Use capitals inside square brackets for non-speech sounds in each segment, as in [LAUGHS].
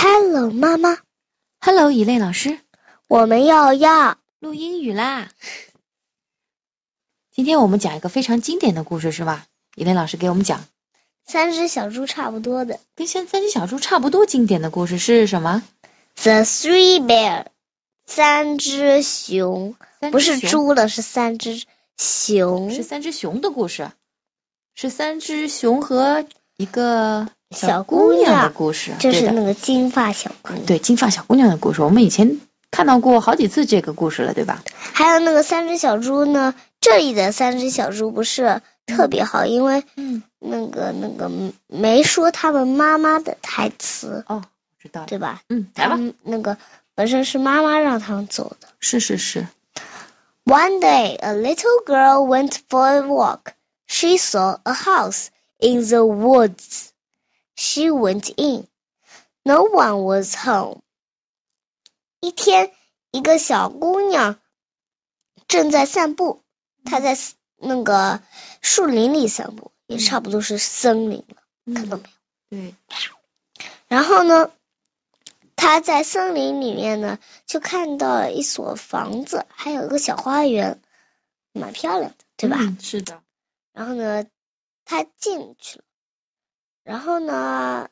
Hello，妈妈， Hello，以类老师，我们要要录英语啦！今天我们讲一个非常经典的故事，是吧？以类老师给我们讲三只小猪差不多的。跟《三三只小猪》差不多经典的故事是什么？ The three bear，三只熊，三只不是熊，猪了，是三只熊是三只熊的故事，是三只熊和一个小姑姑娘的娘，故事。就对是的那个金发小姑娘，对金发小姑娘的故事，我们以前看到过好几次这个故事了，对吧？还有那个三只小猪呢。这里的三只小猪不是特别好，因为嗯，那个那个没说他们妈妈的台词，哦，知道了。对吧？嗯，来他吧。们那个本身是妈妈让他们走的。是是是， One day, a little girl went for a walk. She saw a house in the woods. She went in. No one was home. 一天，一个小姑娘正在散步，她在 s- 那个树林里散步，也嗯差不多是森林了，看到嗯，没有？对，然后呢，她在森林里面呢，就看到了一所房子，还有一个小花园，蛮漂亮的，对吧？嗯是的，然后呢，他进去了，然后呢，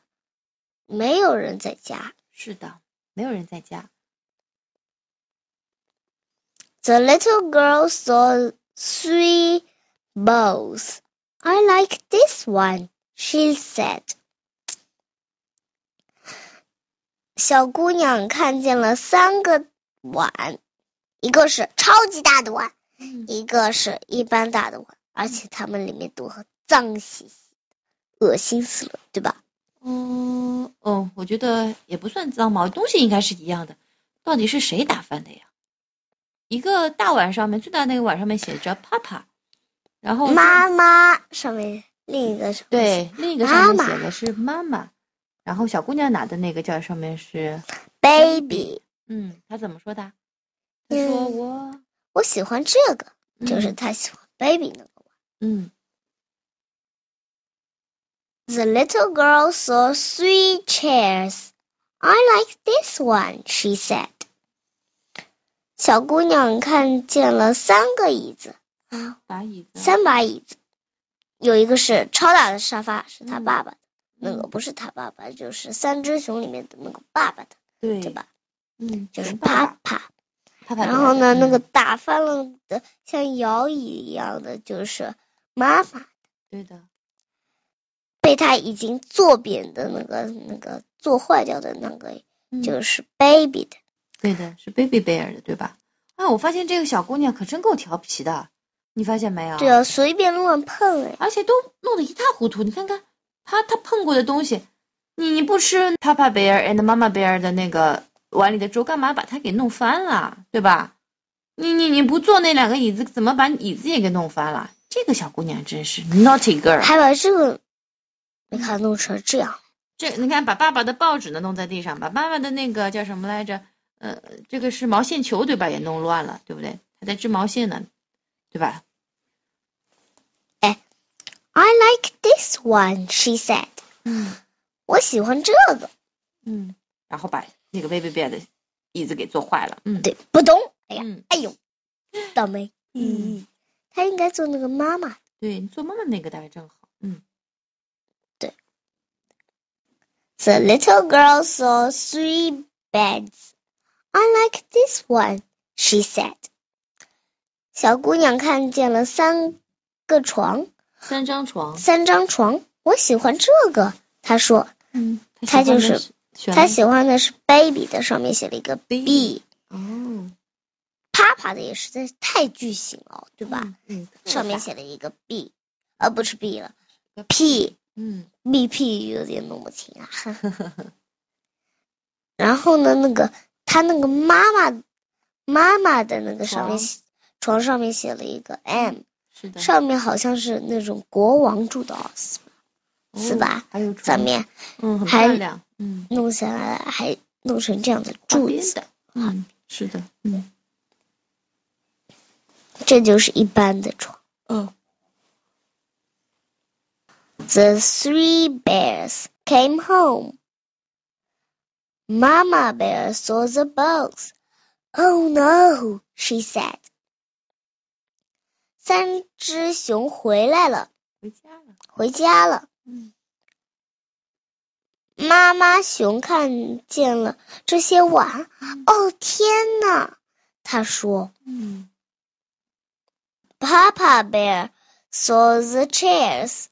没有人在家。是的，没有人在家。 The little girl saw three balls. I like this one, she said. 小姑娘看见了三个碗，一个是超级大的碗，嗯一个是一般大的碗，而且它们里面都脏兮兮的，恶心死了，对吧？嗯，哦，我觉得也不算脏吧，东西应该是一样的。到底是谁打翻的呀？一个大碗上面最大那个碗上面写着 “papa”，然后妈妈上面另一个是哦对另一个上面妈妈写的是妈妈，然后小姑娘拿的那个叫上面是 baby，嗯，她怎么说的？她说嗯我我喜欢这个，就是嗯他喜欢 baby 那个。嗯 The little girl saw three chairs. I like this one, she said. 小姑娘看见了三个椅子，嗯把椅子三把椅子，有一个是超大的沙发，是他嗯爸爸的，那个嗯不是他爸爸，就是三只熊里面的那个爸爸的，对对吧？嗯就是熊爸爸啪啪。啪啪然后呢，那个嗯打翻了的像摇椅一样的就是妈妈对的被他已经坐扁的那个那个坐坏掉的那个嗯就是 baby 的，对的，是 Baby Bear 的，对吧？啊，我发现这个小姑娘可真够调皮的，你发现没有？对啊，随便乱碰哎，而且都弄得一塌糊涂。你看看她她碰过的东西，你你不吃 Papa Bear and Mama Bear 的那个碗里的粥，干嘛把它给弄翻了，对吧？你你你不坐那两个椅子，怎么把椅子也给弄翻了？这个小姑娘真是 naughty girl。还把这个你看弄成这样，这你看，把爸爸的报纸呢弄在地上，把妈妈的那个叫什么来着？呃，这个是毛线球对吧？也弄乱了，对不对？还在织毛线呢，对吧？ I like this one, she said，嗯我喜欢这个，嗯，然后把那个 baby bear 的椅子给坐坏了。嗯，对，不懂，哎呀，嗯，哎呦，倒霉，嗯，他应该做那个妈妈。对，你做妈妈那个大概正好。嗯 The little girl saw three beds. I like this one, she said. 小姑娘看见了三个床，三张床。三张床。我喜欢这个，她说。嗯，他就喜欢的是选她了喜欢的是 baby 的，上面写了一个 b。哦，啪啪的也实在是太巨型了，对吧？嗯？嗯，上面是写了一个 b，呃，不是 b 了个 p。嗯 B P 有点弄不清啊。 [LAUGHS] 然后呢，那个他那个妈妈妈妈的那个上面床嗯写床上面写了一个 M，是的，上面好像是那种国王住的奥斯，哦是吧？还有上床，面嗯，很还漂亮。嗯，弄下来还弄成这样的旁柱边子，的。嗯，是的，嗯这就是一般的床。嗯 The three bears came home. Mama Bear saw the bugs. Oh no, she said. 三只熊回来了，回家了。回家了。嗯妈妈熊看见了这些碗，哦天呐，他说嗯，Papa Bear saw the chairs.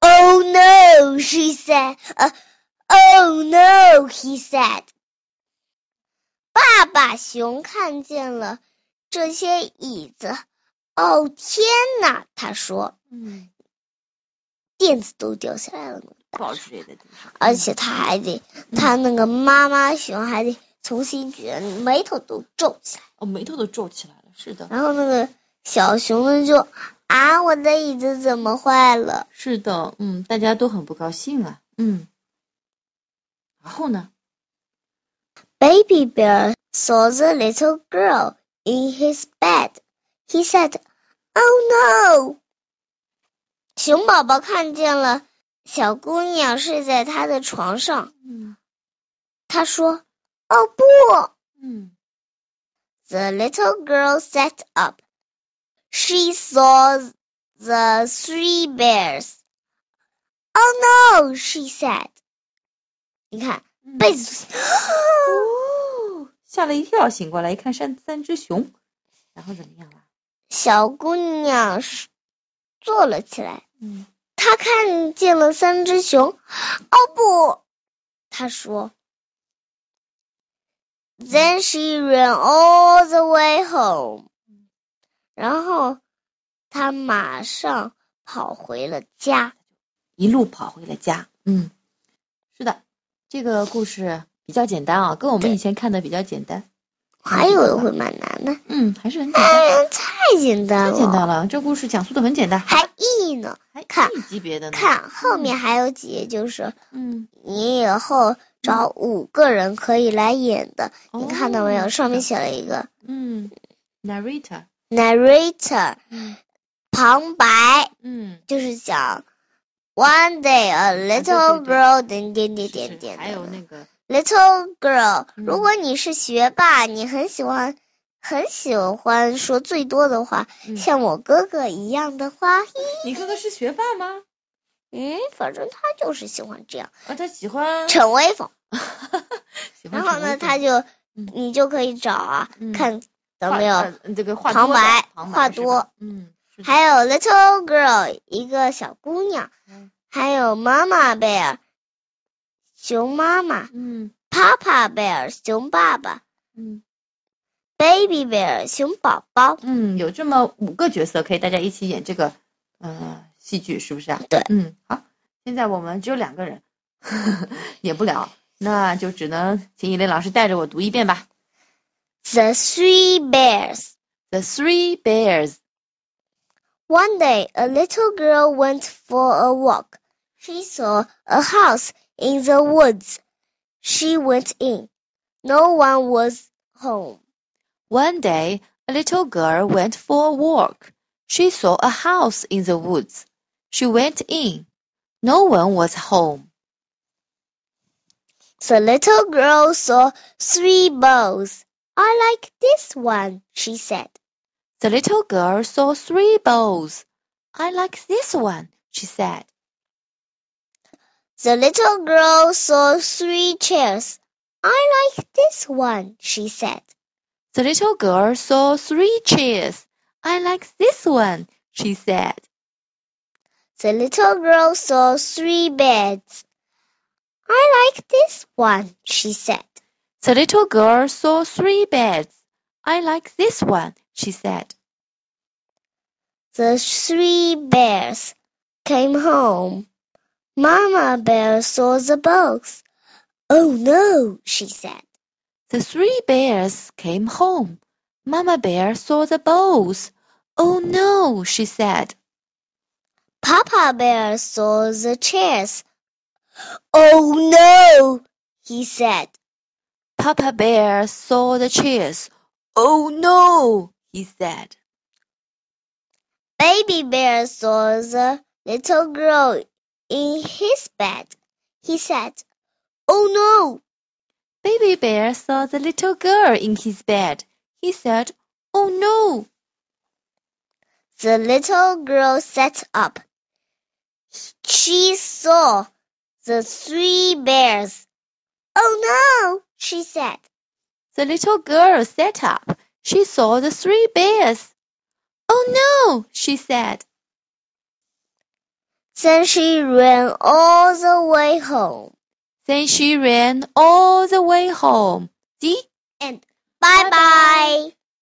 Oh no, she said. Uh, oh no, he said. 爸爸熊看见了这些椅子，哦天呐，他说，嗯，垫子都掉下来了呢。保持也在地上。而且他还得，他那个妈妈熊还得重新卷，眉头都皱起来。哦，眉头都皱起来了。是的，然后那个小熊呢就啊，我的椅子怎么坏了？是的，嗯，大家都很不高兴啊。嗯，然后呢？ Baby Bear saw the little girl in his bed. He said, "Oh no!" 熊宝宝看见了小姑娘睡在她的床上，嗯他说：“哦不嗯。 ！”The little girl sat up. She saw the three bears. "Oh no!" she said. 你看，嗯被子哦，吓了一跳，醒过来一看三三只熊，然后怎么样了？小姑娘是坐了起来。嗯他看见了三只熊。哦不，他说。Then she ran all the way home。然后他马上跑回了家。一路跑回了家。嗯，是的，这个故事比较简单啊，跟我们以前看的比较简单。还有的会蛮难的，嗯，还是很简单，哎，太简单太简了，单了。这故事讲述的很简单，还 E 呢？还看 E 级别的呢。看后面还有几页，就是嗯，你以后找五个人可以来演的，你看到没有？哦上面写了一个嗯，narrator。 narrator。嗯旁白嗯，就是讲 One day a 啊对对 little 对 girl 点点点是点点，还有那点个 little girl。嗯如果你是学霸，你很喜欢很喜欢说最多的话，嗯像我哥哥一样的话，嘿你哥哥是学霸吗？嗯，反正他就是喜欢这样，啊，他喜欢，逞威风。喜然欢后宠物呢，狗他就嗯你就可以找啊，嗯看到画没有？呃这个话旁多的白旁话白是吧多，嗯，是的还有 little girl 一个小姑娘嗯，还有妈妈贝尔熊妈妈嗯，Papa 贝尔熊爸爸嗯，Baby 贝尔熊宝宝。嗯，有这么五个角色可以大家一起演这个呃戏剧，是不是啊？对嗯，好，现在我们只有两个人， [LAUGHS] 演不了，那就只能请以琳老师带着我读一遍吧。 The three bears. The three bears. One day, a little girl went for a walk. She saw a house in the woods. She went in. No one was home. One day, a little girl went for a walk. She saw a house in the woods. She went in. No one was home. The little girl saw three bows. I like this one, she said. The little girl saw three balls. I like this one, she said. The little girl saw three chairs. I like this one, she said. The little girl saw three chairs. I like this one, she said. The little girl saw three beds. I like this one, she said. The little girl saw three beds. I like this one, she said. The three bears came home. Mama bear saw the box. Oh no, she said. The three bears came home. Mama bear saw the balls. Oh no, she said. Papa bear saw the chairs. Oh no, he said. Papa bear saw the chairs. Oh no, he said. Baby Bear saw the little girl in his bed. He said, Oh no! Baby Bear saw the little girl in his bed. He said, Oh no! The little girl sat up. She saw the three bears. Oh no! she said. The little girl sat up. She saw the three bears. Oh no! she said. Then she ran all the way home. Then she ran all the way home. See? And bye bye. Bye-bye.